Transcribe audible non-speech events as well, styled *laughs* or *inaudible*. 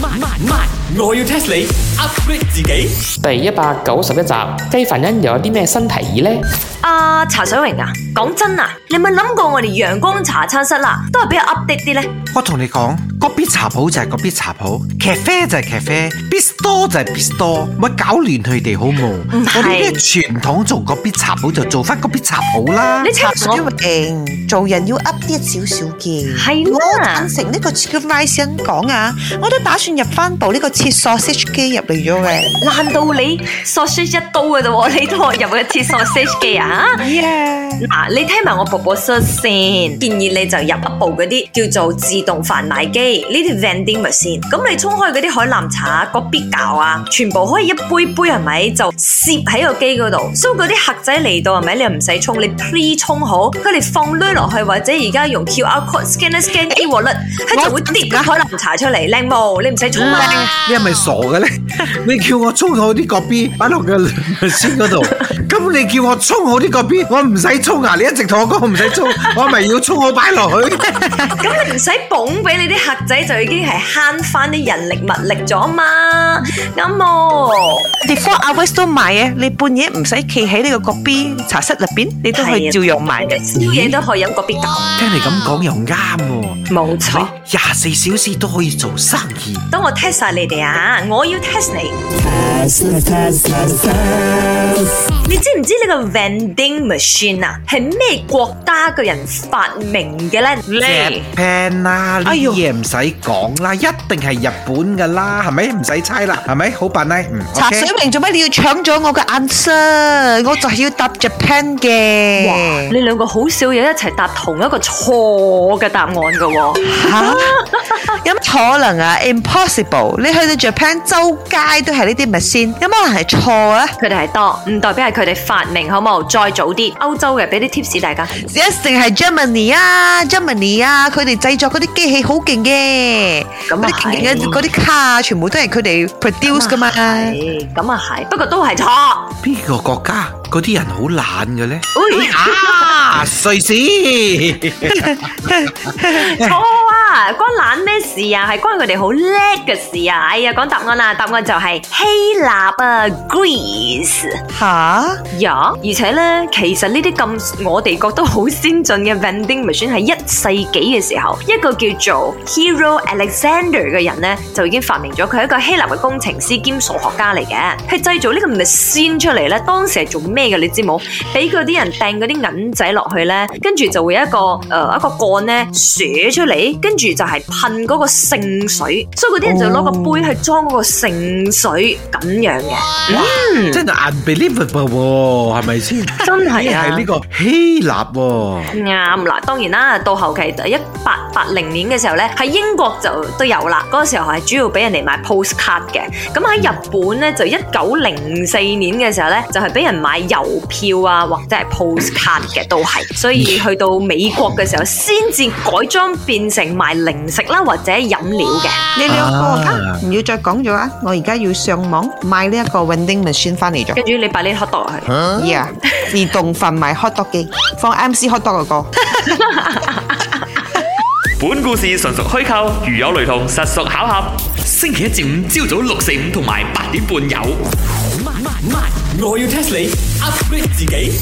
慢慢慢，我要 test 你 upgrade 自己。第一百九十一集，雞凡欣又有啲咩新提議呢？啊，茶水榮啊，講真啊，你有冇諗過我哋陽光茶餐室啦，都係比較 update 啲呢？我同你講，嗰邊茶鋪就係嗰邊茶鋪，咖啡就係咖啡，bistro 就係 bistro，咪搞亂佢哋好冇？唔係我哋啲傳統做嗰邊茶鋪就做翻嗰邊茶鋪啦。你清啊茶楚水榮做人要 up 啲少少嘅，係啦我贊成呢個 Chicken Rice 人講啊，我都打算入翻部呢個切 sausage 機入嚟咗嘅。爛到你 sausage 一刀嘅啫喎，你都話入嘅切 sausage 機啊？ Yeah，嗱，你聽埋我婆婆說先，建議你就入一部嗰啲叫做自動販賣機呢啲 vending machine，咁你沖開嗰啲海南茶、個必搞啊，全部可以一杯杯係咪就攝喺個機嗰度，所以嗰啲客仔嚟到係咪你又唔使沖，你 pre 沖好，佢哋放攣落去或者而家用 QR code scan 一 scan e w a l 佢就會跌個海南茶出嚟，靚冇，你唔使沖啊。你係咪傻嘅咧？你叫我沖好啲嗰邊，擺落個先嗰度，咁你叫我沖好啲嗰邊，我唔使沖啊！你一直同我講我唔使沖，我咪要沖好擺落去。咁你唔使捧俾你啲客仔，就已經係慳翻啲人力物力咗啊嘛，啱冇？你 four hours 都賣啊，你半夜唔使企喺呢個角 B 茶室入邊，你都可以照樣賣嘅。宵夜啊都可以飲個必答，聽你咁講又啱喎，冇錯。廿四小時都可以做生意。等我 test 晒你哋啊！我要 test 你。你知唔知呢個 vending machine 啊，係咩國家嘅人發明嘅咧？咧 Japan 啦，呢哎啲呦嘢唔使講啦，一定係日本噶啦，係咪？唔使猜啦，係咪？好扮啦，嗯茶水，OK。榮做咩你要搶咗我嘅 answer？我就係要答 Japan 哇！嘅。你兩個好少嘢一齊答同一個錯嘅答案嘅喎。吓，有乜可能啊？Impossible！你去到 Japan 周街都係呢啲 machine，有乜可能係錯啊佢哋係多，唔代表係佢哋發明，好冇？再早啲，歐洲嘅俾啲 tips 大家。一定係 Germany 啊，Germany 啊，佢哋製作嗰啲機器好勁嘅，咁嗰啊啲係勁嘅嗰啲卡啊，全部都係佢哋 produce 噶嘛。係咁啊係，不過都係錯。邊個國家嗰啲人好懶嘅咧？哎呀啊，瑞士。 *laughs* 錯啊，關懶咩事啊？係關佢哋好叻嘅事啊！哎呀，講答案啦，答案就係希臘啊，Greece 吓，呀。而且呢，其實呢啲咁我哋覺得好先進嘅 vending machine 喺一世紀嘅時候，一個叫做 Hero Alexander 嘅人呢，就已經發明咗。佢係一個希臘嘅工程師兼數學家嚟嘅，佢製造呢個 machine 出嚟呢，當時係做咩嘅？你知冇？俾嗰啲人掟嗰啲銀仔落去咧，跟住就會有一個誒、呃一個罐咧寫出嚟，跟住就係噴嗰個聖水，所以嗰啲人就攞個杯去裝嗰個聖水咁樣嘅，真係 unbelievable 喎，係咪先？真係係啊呢！個希臘喎。啱啦，嗯當然啦，到後期一八八零年嘅時候咧，喺英國就都有啦。嗰、個時候係主要俾人哋買 postcard 嘅。咁啊喺日本咧，就一九零四年嘅時候咧，就係、俾人買郵票啊，或者係 postcard 嘅都係。所以去到美國嘅時候，先至改裝變成賣零食啦，或者飲料嘅。你兩個啊啊唔要再講咗啊！我而家要上網買呢一個 vending machine 翻嚟咗跟住你擺啲 hot dog 落去。 ，yeah，自動販賣 hot dog 機，放 MC hot dog 嘅歌。本故事純屬虛構，如有雷同，實屬巧合。星期一至五朝早六四五同埋八點半有。慢慢慢，我要 test 你 upgrade 自己。